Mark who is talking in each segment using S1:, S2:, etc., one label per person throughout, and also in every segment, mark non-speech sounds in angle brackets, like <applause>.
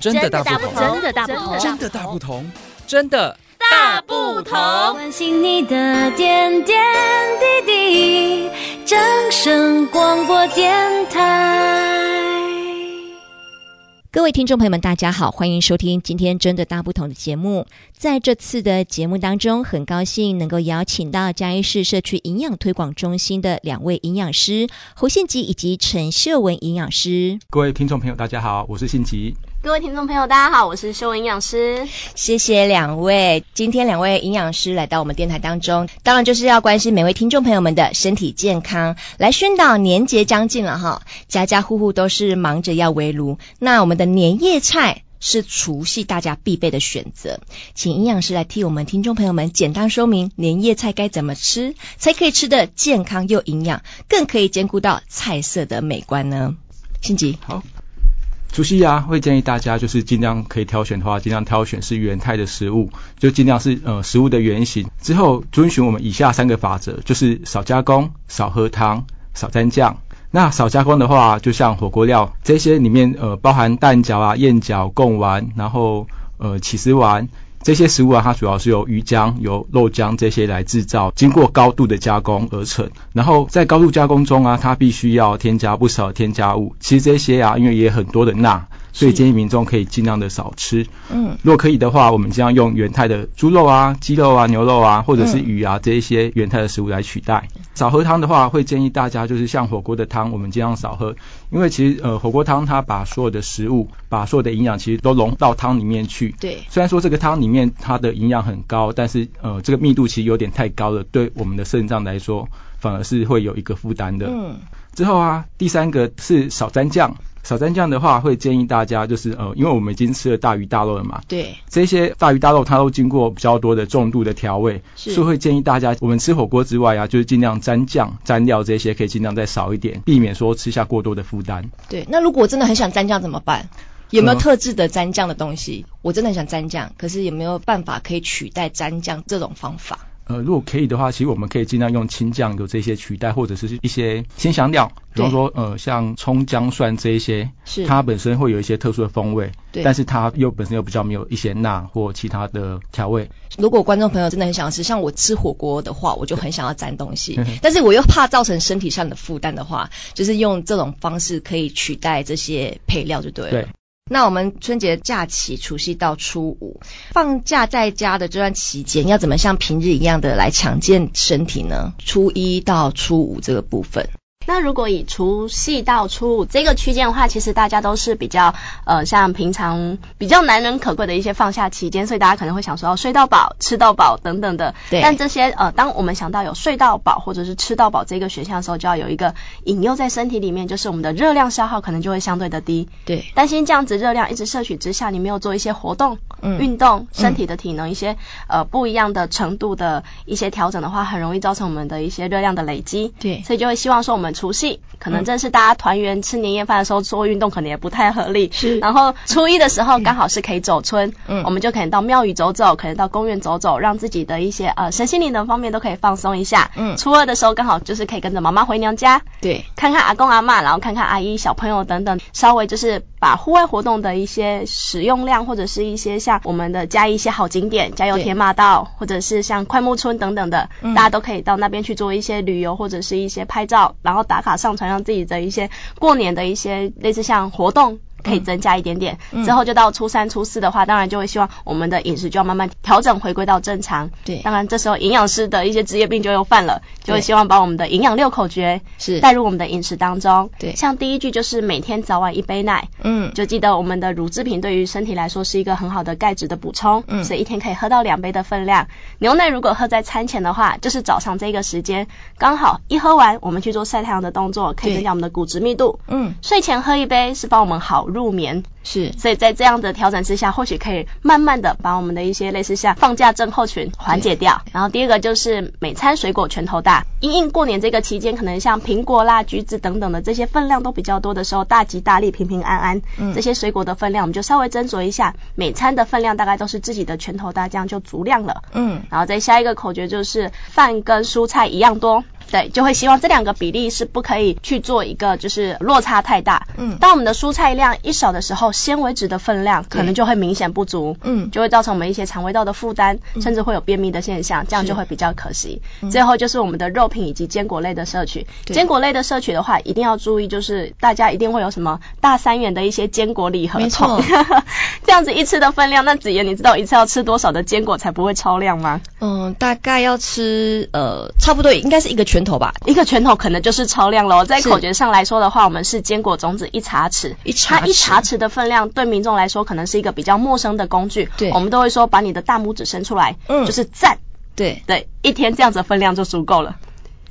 S1: 真的大
S2: 大
S1: 不
S2: 不
S1: 同，
S2: 同，的大不
S1: 真的大不同，真的
S2: 大不同。
S3: 关心你的点点滴滴，掌声广播电台。
S4: 各位听众朋友们，大家好，欢迎收听今天《真的大不同》的节目。在这次的节目当中，很高兴能够邀请到嘉义市社区营养推广中心的两位营养师侯宪吉以及陈秀文营养师。
S5: 各位听众朋友，大家好，我是信吉。
S6: 各位听众朋友，大家好，我是修营养师。
S7: 谢谢两位，今天两位营养师来到我们电台当中，当然就是要关心每位听众朋友们的身体健康，来宣导年节将近了哈，家家户户都是忙着要围炉，那我们的年夜菜。是除夕大家必备的选择，请营养师来替我们听众朋友们简单说明年夜菜该怎么吃，才可以吃的健康又营养，更可以兼顾到菜色的美观呢？心急，
S5: 除夕啊，会建议大家就是尽量可以挑选的话，尽量挑选是原态的食物，就尽量是呃食物的原型。之后遵循我们以下三个法则，就是少加工、少喝汤、少沾酱。那少加工的话，就像火锅料这些里面呃包含蛋饺啊、燕饺、贡丸，然后呃起司丸。这些食物啊，它主要是由鱼浆、由肉浆这些来制造，经过高度的加工而成。然后在高度加工中啊，它必须要添加不少添加物。其实这些啊，因为也很多的钠，所以建议民众可以尽量的少吃。
S7: 嗯，
S5: 如果可以的话，我们尽量用原态的猪肉啊、鸡肉啊、牛肉啊，或者是鱼啊、这一些原态的食物来取代。少喝汤的话，会建议大家就是像火锅的汤，我们尽量少喝，因为其实呃火锅汤它把所有的食物、把所有的营养其实都融到汤里面去。
S7: 对，
S5: 虽然说这个汤里面它的营养很高，但是呃这个密度其实有点太高了，对我们的肾脏来说反而是会有一个负担的。
S7: 嗯，
S5: 之后啊，第三个是少沾酱。少沾酱的话，会建议大家就是呃，因为我们已经吃了大鱼大肉了嘛，
S7: 对，
S5: 这些大鱼大肉它都经过比较多的重度的调味，
S7: 是
S5: 所以会建议大家，我们吃火锅之外啊，就是尽量沾酱、沾料这些，可以尽量再少一点，避免说吃下过多的负担。
S7: 对，那如果我真的很想蘸酱怎么办？有没
S5: 嗯
S7: 有特制的蘸酱的东西？我真的很想蘸酱，可是也没有办法可以取代蘸酱这种方法。
S5: 呃，如果可以的话，其实我们可以尽量用清酱油这些取代，或者是一些鲜香料，比
S7: 对
S5: 方说呃像葱、姜、蒜这一些，
S7: 是，
S5: 它本身会有一些特殊的风味，
S7: 对
S5: 但是它又本身又比较没有一些钠或其他的调味，
S7: 如果观众朋友真的很想吃，像我吃火锅的话，我就很想要沾东西
S5: 嗯哼，
S7: 但是我又怕造成身体上的负担的话，就是用这种方式可以取代这些配料就对了。
S5: 对。
S7: 那我们春节假期除夕到初五放假在家的这段期间，要怎么像平日一样的来强健身体呢？初一到初五这个部分，
S6: 那如果以除夕到初五这个区间的话，其实大家都是比较呃，像平常比较难能可贵的一些放假期间，所以大家可能会想说哦要睡到饱、吃到饱等等的。
S7: 对
S6: 但这些呃，当我们想到有睡到饱或者是吃到饱这个选项的时候，就要有一个引诱在身体里面，就是我们的热量消耗可能就会相对的低。
S7: 对，
S6: 担心这样子热量一直摄取之下，你没有做一些活动、
S7: 嗯
S6: 运动，身体的体能一些呃不一样的程度的一些调整的话，很容易造成我们的一些热量的累积。
S7: 对嗯
S6: 所以就会希望说我们除夕可能正是大家团圆吃年夜饭的时候做运动，可能也不太合理。
S7: 是
S6: 然后初一的时候刚好是可以走村，
S7: 嗯
S6: 我们就可能到庙宇走走，可能到公园走走，让自己的一些呃身心灵能方面都可以放松一下。
S7: 嗯
S6: 初二的时候刚好就是可以跟着妈妈回娘家，
S7: 对，
S6: 看看阿公阿妈，然后看看阿姨、小朋友等等，稍微就是把户外活动的一些使用量，或者是一些像我们的嘉义一些好景点，加油
S7: 对
S6: 铁马道，或者是像快木村等等的，
S7: 嗯
S6: 大家都可以到那边去做一些旅游或者是一些拍照，然后打卡上传，让自己的一些过年的一些类似像活动。可以增加一点点，
S7: 嗯
S6: 之后就到初三、初四的话，当然就会希望我们的饮食就要慢慢调整，回归到正常。
S7: 对
S6: 当然这时候营养师的一些职业病就又犯了，就会
S7: 对
S6: 希望把我们的营养六口诀
S7: 是，
S6: 带入我们的饮食当中。
S7: 对
S6: 像第一句就是每天早晚一杯奶，
S7: 嗯，
S6: 就记得我们的乳制品对于身体来说是一个很好的钙质的补充，
S7: 嗯
S6: 所以一天可以喝到两杯的分量。牛奶如果喝在餐前的话，就是早上这个时间，刚好一喝完，我们去做晒太阳的动作，可以
S7: 对
S6: 增加我们的骨质密度。
S7: 嗯，
S6: 睡前喝一杯是帮我们好入眠，
S7: 是，
S6: 所以在这样的调整之下，或许可以慢慢的把我们的一些类似像放假症候群缓解掉。然后第二个就是每餐水果拳头大，因应过年这个期间，可能像苹果啦、橘子等等的这些分量都比较多的时候，大吉大利、平平安安，
S7: 嗯
S6: 这些水果的分量我们就稍微斟酌一下，每餐的分量大概都是自己的拳头大，这样就足量了。
S7: 嗯，
S6: 然后再下一个口诀就是饭跟蔬菜一样多，对，就会希望这两个比例是不可以去做一个就是落差太大。
S7: 嗯
S6: 当我们的蔬菜量一少的时候，纤维质的分量可能就会明显不足，
S7: 嗯
S6: 就会造成我们一些肠胃道的负担，
S7: 嗯
S6: 甚至会有便秘的现象，这样
S7: 是
S6: 就会比较可惜。
S7: 嗯
S6: 最后就是我们的肉品以及坚果类的摄取，
S7: 对
S6: 坚果类的摄取的话，一定要注意，就是大家一定会有什么大三元的一些坚果礼盒
S7: 没错
S6: 桶， <laughs> 这样子一吃的分量，那子妍你知道我一次要吃多少的坚果才不会超量吗？
S7: 嗯，大概要吃呃，差不多应该是一个拳头吧，
S6: 一个拳头可能就是超量喽。在
S7: 是
S6: 口诀上来说的话，我们是坚果种子一茶匙，
S7: 一茶匙
S6: 啊它一茶匙的分量对民众来说可能是一个比较陌生的工具，
S7: 对
S6: 我们都会说把你的大拇指伸出来，
S7: 嗯
S6: 就是赞，
S7: 对，
S6: 对，一天这样子的分量就足够了。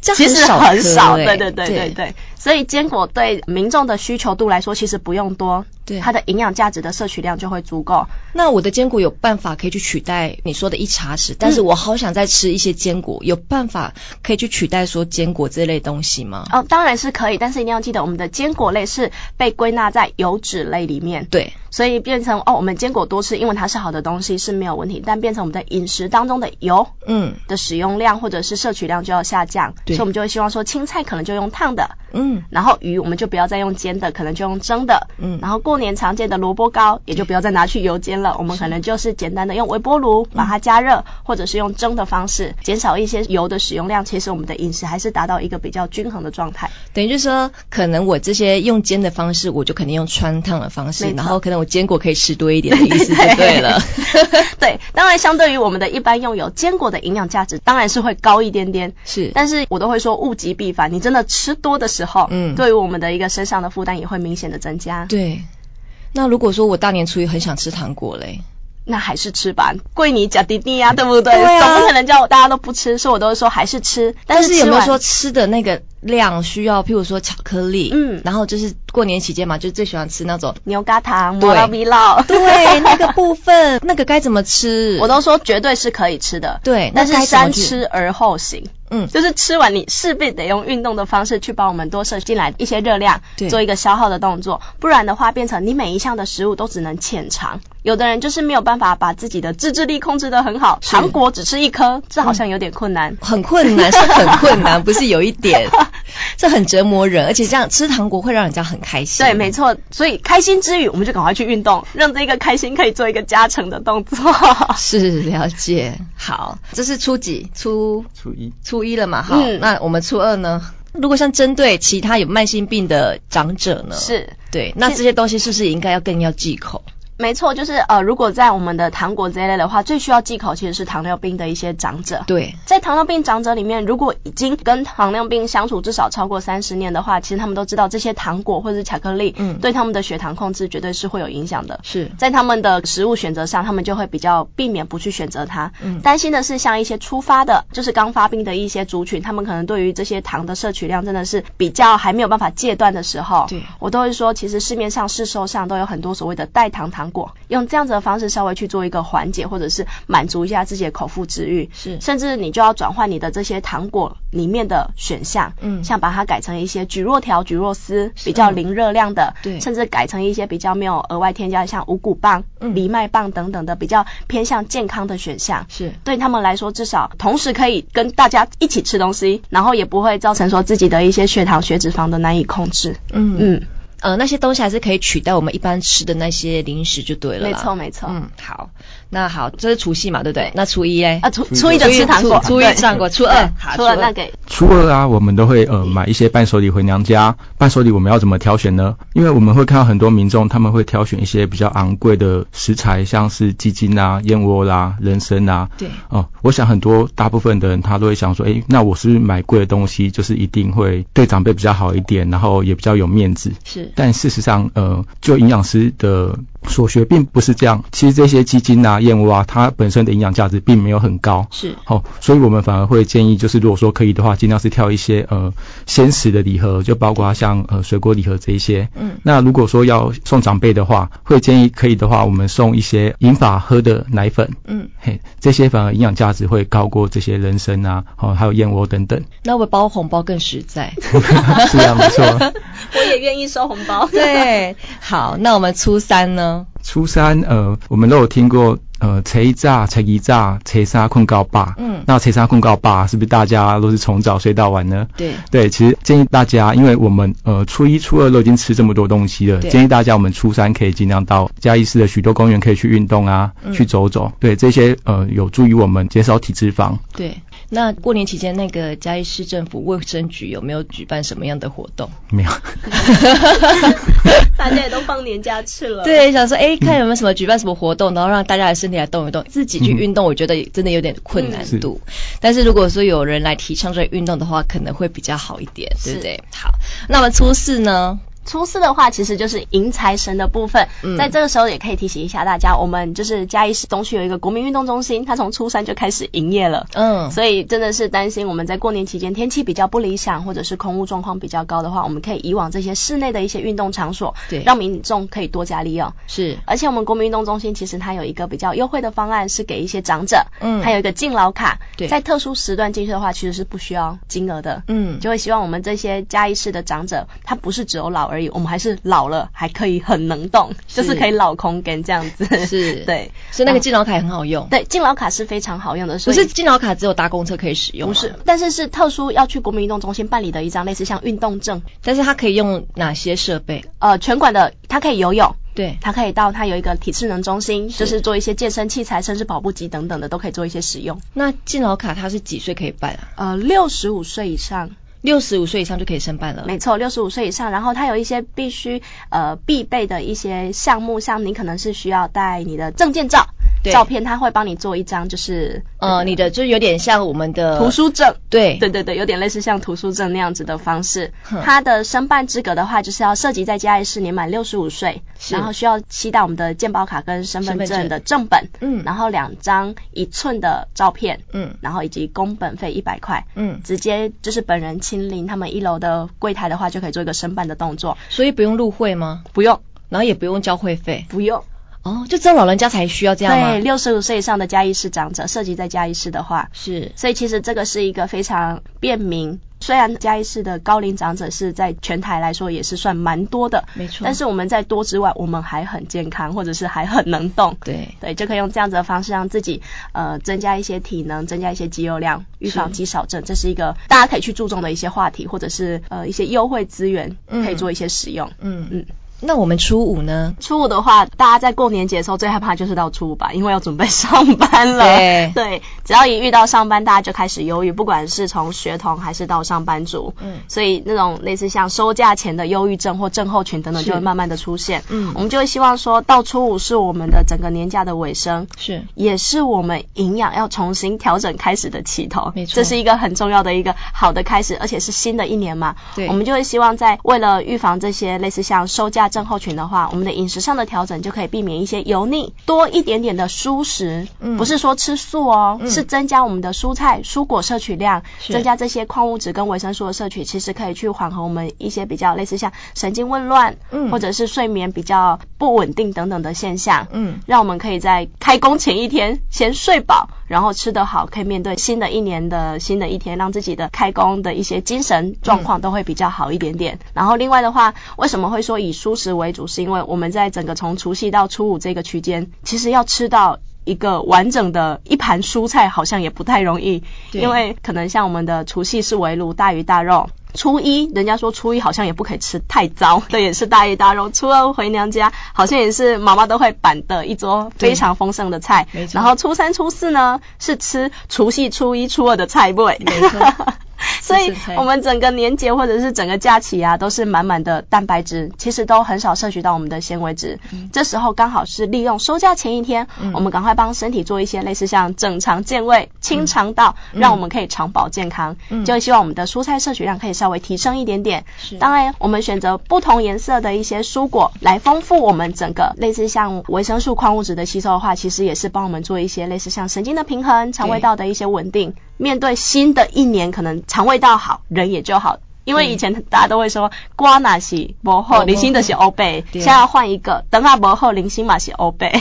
S7: 这样
S6: 其实
S7: 少
S6: 很少，
S7: 颗欸
S6: 对对对对对，所以坚果对民众的需求度来说，其实不用多，
S7: 对
S6: 它的营养价值的摄取量就会足够。
S7: 那我的坚果有办法可以去取代你说的一茶
S6: 嗯
S7: 匙，但是我好想再吃一些坚果，有办法可以去取代说坚果这类东西吗？
S6: 哦，当然是可以，但是一定要记得，我们的坚果类是被归纳在油脂类里面，
S7: 对，
S6: 所以变成哦，我们坚果多吃，因为它是好的东西是没有问题，但变成我们的饮食当中的油
S7: 嗯
S6: 的使用量或者是摄取量就要下降，
S7: 对
S6: 所以我们就会希望说青菜可能就用烫的，
S7: 嗯
S6: 然后鱼我们就不要再用煎的，可能就用蒸的，
S7: 嗯
S6: 然后过年常见的萝卜糕也就不要再拿去油煎了，我们可能就是简单的用微波炉
S7: 嗯
S6: 把它加热，或者是用蒸的方式减少一些油的使用量，其实我们的饮食还是达到一个比较均衡的状态。
S7: 等于就是说，可能我这些用煎的方式，我就肯定用穿烫的方式
S6: 没，错
S7: 然后可能我坚果可以吃多一点 <laughs> 的
S6: <laughs>
S7: 意思就对了。
S6: 对，当然相对于我们的一般用油，坚果的营养价值当然是会高一点点。
S7: 是，
S6: 但是我都会说物极必反，你真的吃多的时候，
S7: 嗯
S6: 对于我们的一个身上的负担也会明显的增加。
S7: 对。那如果说我大年初一很想吃糖果嘞，
S6: 那还是吃吧，贵你假滴滴呀，对不对？
S7: 对啊
S6: 总不可能叫大家都不吃，所以我都会说还是吃。
S7: 但
S6: 是
S7: 是有没有
S6: 吃
S7: 说
S6: 完？
S7: 吃的那个量需要，譬如说巧克力，
S6: 嗯
S7: 然后就是过年期间嘛，就最喜欢吃那种
S6: 牛轧糖、
S7: 对
S6: 摩拉米酪，
S7: <laughs> 对，那个部分，那个该怎么吃？
S6: <laughs> 我都说绝对是可以吃的。
S7: 对，那
S6: 但是
S7: 该怎么
S6: 三
S7: 去，
S6: 吃而后行，
S7: 嗯
S6: 就是吃完你势必得用运动的方式去把我们多摄进来一些热量
S7: 对，
S6: 做一个消耗的动作，不然的话变成你每一项的食物都只能浅尝。有的人就是没有办法把自己的自制力控制得很好，
S7: 是嗯
S6: 糖果只吃一颗，这好像有点困难。
S7: 很困难，是很困难，不是有一
S6: <laughs>
S7: 点，这很折磨人，而且这样吃糖果会让人家很开心。
S6: 对，没错。所以开心之余，我们就赶快去运动，让这个开心可以做一个加成的动作。
S7: <laughs> 是了解。好，这是初几？初
S5: 初一。
S7: 初一了嘛？好，
S6: 嗯
S7: 那我们初二呢？如果像针对其他有慢性病的长者呢？，
S6: 是。
S7: 对，那这些东西是不是应该要更要忌口？
S6: 没错，就是呃，如果在我们的糖果这一类的话，最需要忌口其实是糖尿病的一些长者。
S7: 对，
S6: 在糖尿病长者里面，如果已经跟糖尿病相处至少超过三十年的话，其实他们都知道这些糖果或者是巧克力，
S7: 嗯
S6: 对他们的血糖控制绝对是会有影响的。
S7: 是，
S6: 在他们的食物选择上，他们就会比较避免不去选择它。
S7: 嗯
S6: 担心的是像一些初发的，就是刚发病的一些族群，他们可能对于这些糖的摄取量真的是比较还没有办法戒断的时候，
S7: 对
S6: 我都会说，其实市面上市售上都有很多所谓的代糖糖果，用这样子的方式稍微去做一个缓解，或者是满足一下自己的口腹之欲。
S7: 是
S6: 甚至你就要转换你的这些糖果里面的选项，
S7: 嗯
S6: 像把它改成一些菊若条、菊若丝比较零热量的，
S7: 对
S6: 甚至改成一些比较没有额外添加的，像五谷棒、
S7: 嗯
S6: 藜麦棒等等的比较偏向健康的选项。
S7: 是。
S6: 对他们来说，至少同时可以跟大家一起吃东西，然后也不会造成说自己的一些血糖、血脂肪的难以控制。
S7: 嗯嗯，
S6: 嗯，
S7: 呃，那些东西还是可以取代我们一般吃的那些零食就对了啦。
S6: 没错没错。
S7: 嗯，好，那好，这是除夕嘛，对不对？那初一嘞？
S6: 啊，初
S5: 初一
S6: 初一的吃糖果，
S7: 初初一
S6: 对
S7: 吃糖果，初
S6: <laughs> 对
S7: 二好，
S6: 初二那
S7: <laughs>
S6: 给
S5: 初二啊，我们都会呃买一些伴手礼回娘家。伴手礼我们要怎么挑选呢？因为我们会看到很多民众他们会挑选一些比较昂贵的食材，像是鸡精啊、燕窝啦、人参啊。
S7: 对
S5: 哦，我想很多大部分的人他都会想说，诶，那我是不是买贵的东西，就是一定会对长辈比较好一点，然后也比较有面子。
S7: 是
S5: 但事实上，呃，就营养师的所学并不是这样。其实这些鸡精啊、燕窝啊，它本身的营养价值并没有很高。
S7: 是
S5: 好、所以我们反而会建议，就是如果说可以的话，尽量是挑一些呃鲜食的礼盒，就包括像呃水果礼盒这一些。
S7: 嗯
S5: 那如果说要送长辈的话，会建议可以的话，我们送一些饮法喝的奶粉，
S7: 嗯，
S5: 嘿，这些反而营养价值会高过这些人参啊，哦，还有燕窝等等。
S7: 那我包红包更实 <laughs> 在。
S5: 是啊，没错。
S6: <laughs> 我也愿意收红包。
S7: 对，好，那我们初三呢？呢？
S5: 初三，呃，我们都有听过，呃，初一炸、初一炸、初三困告爸。
S7: 嗯，
S5: 那初三困告爸是不是大家都是从早睡到晚呢？
S7: 对，
S5: 对，其实建议大家，因为我们呃初一、初二都已经吃这么多东西了，
S7: 对
S5: 建议大家我们初三可以尽量到嘉义市的许多公园可以去运动啊，
S7: 嗯
S5: 去走走，对这些呃有助于我们减少体脂肪。
S7: 对。那过年期间，那个嘉义市政府卫生局有没有举办什么样的活动？
S5: 没有，
S6: <laughs> 大家也都放年假去了。
S7: <laughs> 对，想说，哎，看有没有什么举办什么活动，然后让大家的身体来动一动。自己去
S5: 嗯
S7: 运动，我觉得真的有点困难度。但是如果说有人来提倡这个运动的话，可能会比较好一点，对不对？好，那么初四呢？
S6: 初四的话，其实就是迎财神的部分，
S7: 嗯
S6: 在这个时候也可以提醒一下大家，我们就是嘉义市东区有一个国民运动中心，它从初三就开始营业了。
S7: 嗯，
S6: 所以真的是担心我们在过年期间天气比较不理想，或者是空污状况比较高的话，我们可以以往这些室内的一些运动场所，
S7: 对，
S6: 让民众可以多加利用。
S7: 是
S6: 而且我们国民运动中心其实它有一个比较优惠的方案，是给一些长者，
S7: 嗯
S6: 还有一个敬老卡，
S7: 对
S6: 在特殊时段进去的话，其实是不需要金额的。
S7: 嗯，
S6: 就会希望我们这些嘉义市的长者，他不是只有老而已，我们还是老了还可以很能动，就
S7: 是
S6: 是可以老空跟这样子。
S7: 是
S6: <laughs> 对
S7: 所以那个敬老卡也很好用。
S6: 对，敬老卡是非常好用的，
S7: 不
S6: 所以
S7: 是敬老卡只有搭公车可以使用、啊
S6: 不是，，但是是特殊要去国民运动中心办理的一张类似像运动证，
S7: 但是它可以用哪些设备？
S6: 呃，全馆的他可以游泳，
S7: 对，
S6: 他可以到他有一个体适能中心，
S7: 是
S6: 就是做一些健身器材，甚至跑步机等等的都可以做一些使用。
S7: 那敬老卡它是几岁可以办啊？
S6: 呃，六十五岁以上，
S7: 六十五岁以上就可以申办了。
S6: 没错，六十五岁以上，然后他有一些必须呃必备的一些项目，像你可能是需要带你的证件照、
S7: 对
S6: 照片，他会帮你做一张就是
S7: 呃，你的就是有点像我们的
S6: 图，书证。
S7: 对，
S6: 对对对，有点类似像图书证那样子的方式。
S7: 哼
S6: 它的申办资格的话，就是要涉及在嘉义市年满六十五岁，
S7: 是
S6: 然后需要携带我们的健保卡跟身份证的正本，
S7: 嗯
S6: 然后两张一寸的照片，
S7: 嗯
S6: 然后以及工本费一百块。
S7: 嗯，
S6: 直接就是本人亲临他们一楼的柜台的话，就可以做一个申办的动作。
S7: 所以不用入会吗？
S6: 不用，
S7: 然后也不用交会费
S6: 不用。
S7: 哦，就只有老人家才需要这样
S6: 对，
S7: 吗？
S6: 六十五岁以上的嘉义市长者，涉及在嘉义市的话，
S7: 是
S6: 所以其实这个是一个非常便民。虽然嘉义市的高龄长者是在全台来说也是算蛮多的，
S7: 没错，
S6: 但是我们在多之外，我们还很健康，或者是还很能动。
S7: 对
S6: 对，就可以用这样子的方式让自己呃增加一些体能，增加一些肌肉量，预防肌少症，这是一个大家可以去注重的一些话题，或者是呃一些优惠资源
S7: 嗯
S6: 可以做一些使用。
S7: 嗯嗯
S6: 嗯，
S7: 那我们初五呢？
S6: 初五的话，大家在过年节的时候最害怕就是到初五吧，因为要准备上班了。
S7: 对
S6: <laughs> 只要一遇到上班，大家就开始忧郁，不管是从学童还是到上班族。
S7: 嗯
S6: 所以那种类似像收假前的忧郁症或症候群等等，
S7: 是
S6: 就会慢慢的出现。
S7: 嗯
S6: 我们就会希望说到初五是我们的整个年假的尾声，
S7: 是
S6: 也是我们营养要重新调整开始的起头，
S7: 没错
S6: 这是一个很重要的一个好的开始，而且是新的一年嘛，
S7: 对
S6: 我们就会希望在为了预防这些类似像收假症候群的话，我们的饮食上的调整就可以避免一些油腻，多一点点的蔬食，
S7: 嗯
S6: 不是说吃素哦，
S7: 嗯
S6: 是增加我们的蔬菜、蔬果摄取量，
S7: 是
S6: 增加这些矿物质跟维生素的摄取，其实可以去缓和我们一些比较类似像神经紊乱，
S7: 嗯
S6: 或者是睡眠比较不稳定等等的现象，
S7: 嗯
S6: 让我们可以在开工前一天先睡饱，然后吃得好，可以面对新的一年的新的一天，让自己的开工的一些精神状况都会比较好一点点。然后另外的话，为什么会说以蔬食为主？是因为我们在整个从除夕到初五这个区间，其实要吃到。一个完整的一盘蔬菜好像也不太容易，
S7: 对
S6: 因为可能像我们的除夕是围炉大鱼大肉，初一人家说初一好像也不可以吃太糟，对，也是大鱼大肉。初二回娘家好像也是妈妈都会摆的一桌非常丰盛的菜
S7: 没，错
S6: 然后初三初四呢是吃除夕初一初二的菜味，
S7: 没错。 <laughs>
S6: <laughs> 所以
S7: 是菜
S6: 我们整个年节或者是整个假期啊，都是满满的蛋白质，其实都很少摄取到我们的纤维质。这时候刚好是利用收假前一天，
S7: 嗯
S6: 我们赶快帮身体做一些类似像整肠健胃、清肠道，
S7: 嗯
S6: 让我们可以长保健康。
S7: 嗯
S6: 就希望我们的蔬菜摄取量可以稍微提升一点点。
S7: 是
S6: 当然，我们选择不同颜色的一些蔬果来丰富我们整个类似像维生素、矿物质的吸收的话，其实也是帮我们做一些类似像神经的平衡、肠胃道的一些稳定。面对新的一年，可能肠胃道好，人也就好。因为以前大家都会说瓜那是不
S7: 不
S6: 好，
S7: 好
S6: 零星的是欧贝，
S7: 对
S6: 现在要换一个等啊不好，零星嘛是欧贝，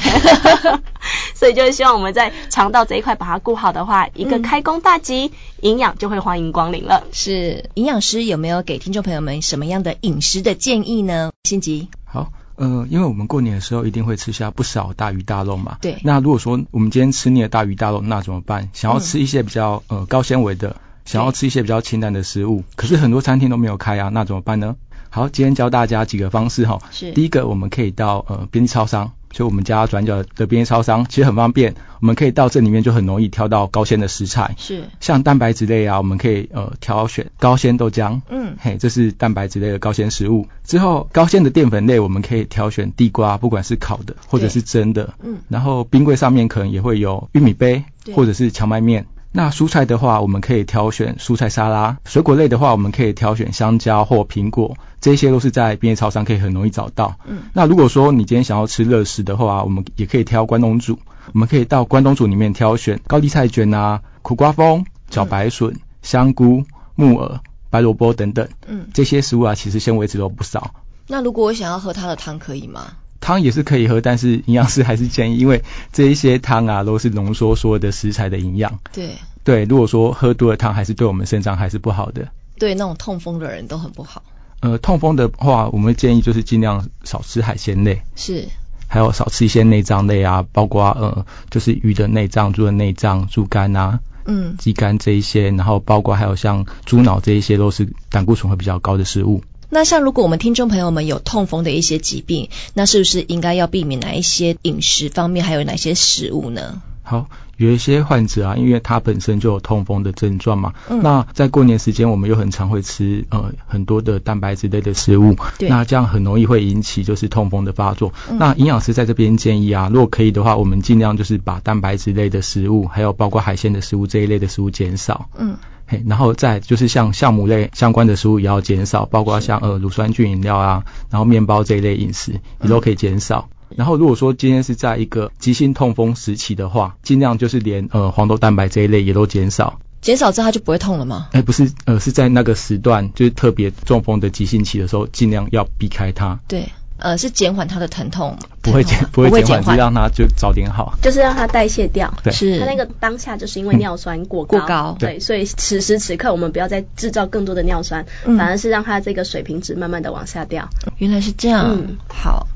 S6: <laughs> 所以就是希望我们在肠道这一块把它顾好的话，一个
S7: 嗯
S6: 开工大吉，营养就会欢迎光临了。
S7: 是营养师有没有给听众朋友们什么样的饮食的建议呢？心急，
S5: <laughs> 好，呃，因为我们过年的时候一定会吃下不少大鱼大肉嘛。
S7: 对嗯
S5: 那如果说我们今天吃腻了大鱼大肉，那怎么办？想要吃一些比较、呃高纤维的，想要吃一些比较清淡的食物，可是很多餐厅都没有开啊，那怎么办呢？好，今天教大家几个方式哈。
S7: 是
S5: 第一个，我们可以到呃便利超商，就我们家转角的便利超商，其实很方便，我们可以到这里面就很容易挑到高纤的食材。
S7: 是，
S5: 像蛋白质类啊，我们可以呃挑选高纤豆浆，
S7: 嗯，
S5: 嘿，这是蛋白质类的高纤食物。之后高纤的淀粉类，我们可以挑选地瓜，不管是烤的或者是蒸的，
S7: 嗯，
S5: 然后冰柜上面可能也会有玉米杯
S7: 对
S5: 或者是荞麦面。那蔬菜的话，我们可以挑选蔬菜沙拉；水果类的话，我们可以挑选香蕉或苹果，这些都是在便利超商可以很容易找到。
S7: 嗯，
S5: 那如果说你今天想要吃热食的话，我们也可以挑关东煮，我们可以到关东煮里面挑选高丽菜卷啊、苦瓜风、茭白笋、香菇、木耳、白萝卜等等。
S7: 嗯，
S5: 这些食物啊，其实纤维质都不少。
S7: 那如果我想要喝它的汤可以吗？
S5: 汤也是可以喝，但是营养师还是建议，因为这一些汤啊都是浓缩所有的食材的营养。
S7: 对
S5: 对，如果说喝多了汤，还是对我们肾脏还是不好的。
S7: 对，那种痛风的人都很不好。
S5: 呃，痛风的话，我们会建议就是尽量少吃海鲜类，
S7: 是，
S5: 还有少吃一些内脏类啊，包括呃就是鱼的内脏、猪的内脏、猪肝啊、
S7: 嗯，
S5: 鸡肝这一些，然后包括还有像猪脑这一些，都是胆固醇会比较高的食物。
S7: 那像如果我们听众朋友们有痛风的一些疾病，那是不是应该要避免哪一些饮食方面，还有哪些食物呢？
S5: 好，有一些患者啊，因为他本身就有痛风的症状嘛，
S7: 嗯
S5: 那在过年时间，我们又很常会吃呃很多的蛋白质类的食物，
S7: 对嗯
S5: 那这样很容易会引起就是痛风的发作。那营养师在这边建议啊，如果可以的话，我们尽量就是把蛋白质类的食物，还有包括海鲜的食物这一类的食物减少。
S7: 嗯，
S5: 嘿，然后再就是像酵母类相关的食物也要减少，包括
S7: 是
S5: 像呃乳酸菌饮料啊，然后面包这一类饮食也都可以减少。然后如果说今天是在一个急性痛风时期的话，尽量就是连呃黄豆蛋白这一类也都减少。
S7: 减少之后它就不会痛了吗？
S5: 哎，不是，呃是在那个时段，就是特别中风的急性期的时候，尽量要避开它，
S7: 对，呃，是减缓它的疼痛，
S5: 不会
S7: 疼
S5: 减
S7: 痛吗
S5: 哦不会减缓，是让它就早点好。
S6: 就是让它代谢掉。
S5: 对
S7: 是
S6: 它那个当下就是因为尿酸过高，
S7: 嗯过高
S6: 对，所以此时此刻我们不要再制造更多的尿酸，
S7: 嗯
S6: 反而是让它这个水平值慢慢的往下掉。
S7: 原来是这样。
S6: 嗯
S7: 好，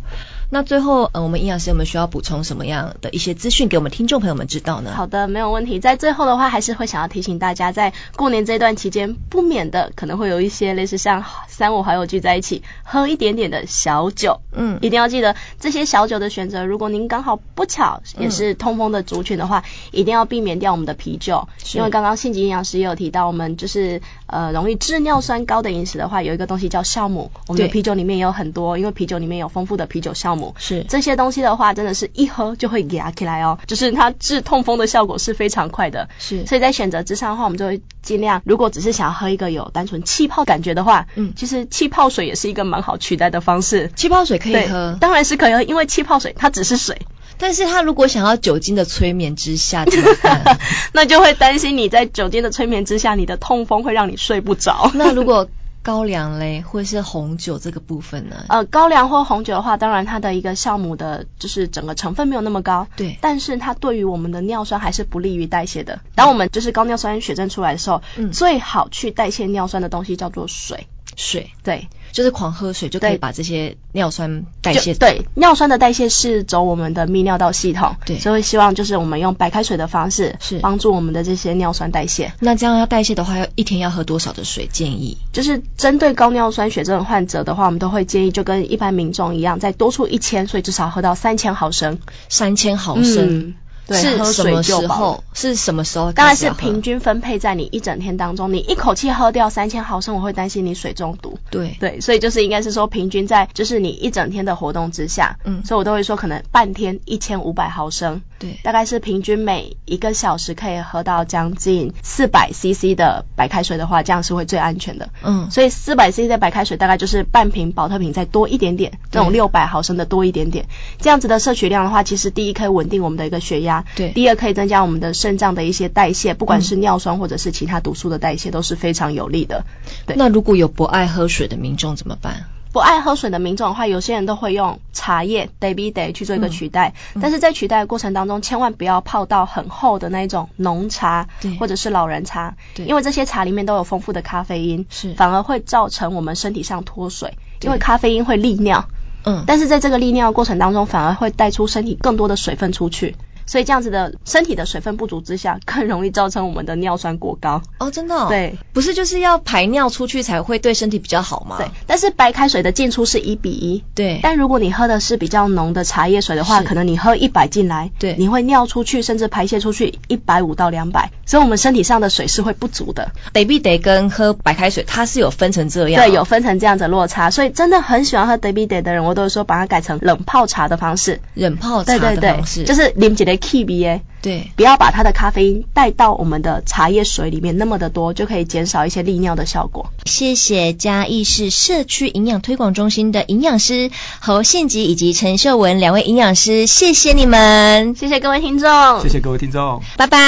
S7: 那最后呃，我们营养师有没有需要补充什么样的一些资讯给我们听众朋友们知道呢？，
S6: 好的，没有问题。在最后的话，还是会想要提醒大家，在过年这段期间，不免的可能会有一些类似像三五好友聚在一起喝一点点的小酒，
S7: 嗯
S6: 一定要记得这些小酒的选择。如果您刚好不巧也是
S7: 嗯
S6: 痛风的族群的话，一定要避免掉我们的啤酒，
S7: 是
S6: 因为刚刚信吉营养师也有提到，我们就是呃容易致尿酸高的饮食的话，有一个东西叫酵母，我们的
S7: 对
S6: 啤酒里面也有很多，因为啤酒里面有丰富的啤酒酵母，
S7: 是
S6: 这些东西的话，真的是一喝就会压起来哦，就是它治痛风的效果是非常快的。
S7: 是
S6: 所以在选择之上的话，我们就会尽量，如果只是想要喝一个有单纯气泡感觉的话，
S7: 嗯
S6: 其实气泡水也是一个蛮好取代的方式。
S7: 气泡水可以
S6: 对
S7: 喝，，
S6: 当然是可以喝，因为气泡水它只是水，
S7: 但是他如果想要酒精的催眠之下怎么办？
S6: 那就会担心你在酒精的催眠之下，你的痛风会让你睡不 <laughs>
S7: <laughs>
S6: 着。
S7: 那如果高粱嘞，或是红酒这个部分呢？
S6: 呃，高粱或红酒的话，当然它的一个酵母的，就是整个成分没有那么高，
S7: 对
S6: 但是它对于我们的尿酸还是不利于代谢的。当我们就是高尿酸血症出来的时候，
S7: 嗯
S6: 最好去代谢尿酸的东西叫做水，
S7: 水
S6: 对，
S7: 就是狂喝水就可以
S6: 对
S7: 把这些尿酸代
S6: 就
S7: 谢掉
S6: 对，尿酸的代谢是走我们的泌尿道系统，
S7: 对
S6: 所以希望就是我们用白开水的方式，
S7: 是
S6: 帮助我们的这些尿酸代谢。
S7: 那这样要代谢的话，要一天要喝多少的水？建议
S6: 就是针对高尿酸血症患者的话，我们都会建议就跟一般民众一样，再多出一千，所以至少喝到三千毫升。
S7: 三千毫升。
S6: 嗯对
S7: 是
S6: 喝
S7: 什
S6: 水
S7: 么
S6: 就
S7: 时
S6: 饱
S7: 候？是什么时候？
S6: 当然是平。均分配在你一整天当中，你一口气喝掉三千毫升，我会担心你水中毒。
S7: 对，
S6: 对，所以就是应该是说平均在就是你一整天的活动之下，
S7: 嗯
S6: 所以我都会说可能半天一千五百毫升，
S7: 对，
S6: 大概是平均每一个小时可以喝到将近四百 CC 的白开水的话，这样是会最安全的。
S7: 嗯，
S6: 所以四百 CC 的白开水大概就是半瓶保特瓶再多一点点，那种
S7: 对
S6: 六百毫升的多一点点，这样子的摄取量的话，其实第一可以稳定我们的一个血压，
S7: 对
S6: 第二可以增加我们的肾脏的一些代谢，不管是尿酸或者是其他毒素的代谢都是非常有利的。对
S7: 那如果有不爱喝水的民众怎么办？
S6: 不爱喝水的民众的话，有些人都会用茶叶 day by day 去做一个取代，
S7: 嗯
S6: 但是在取代的过程当中，千万不要泡到很厚的那一种浓茶
S7: 对，
S6: 或者是老人茶，
S7: 对
S6: 因为这些茶里面都有丰富的咖啡因，
S7: 是
S6: 反而会造成我们身体上脱水，
S7: 对
S6: 因为咖啡因会利尿。
S7: 嗯
S6: 但是在这个利尿的过程当中，反而会带出身体更多的水分出去。所以这样子的身体的水分不足之下，更容易造成我们的尿酸过高。
S7: 哦，真的、哦，，
S6: 对
S7: 不是就是要排尿出去才会对身体比较好吗？
S6: 对，但是白开水的进出是一比一，
S7: 对，
S6: 但如果你喝的是比较浓的茶叶水的话，
S7: 是
S6: 可能你喝一百进来，
S7: 对
S6: 你会尿出去，甚至排泄出去一百五到两百，所以我们身体上的水是会不足的。
S7: 得必得跟喝白开水，它是有分成这样、
S6: 对，有。分成这样子的落差，所以真的很喜欢喝 d a b y day 的人，我都会说把它改成冷泡茶的方式。
S7: 冷泡茶
S6: 对对
S7: 的
S6: 对
S7: 方式，，
S6: 就是啉几的 k b a
S7: 对
S6: 不要把它的咖啡因带到我们的茶叶水里面那么的多，就可以减少一些利尿的效果。
S7: 谢谢嘉义市社区营养推广中心的营养师侯信吉以及陈秀文两位营养师，谢谢你们，
S6: 谢谢各位听众，
S5: 谢谢各位听众，
S7: 拜拜。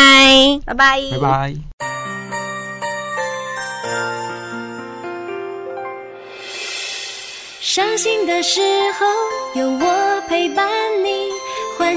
S6: 拜拜，
S5: 拜拜。
S3: 伤心的时候有我陪伴你，欢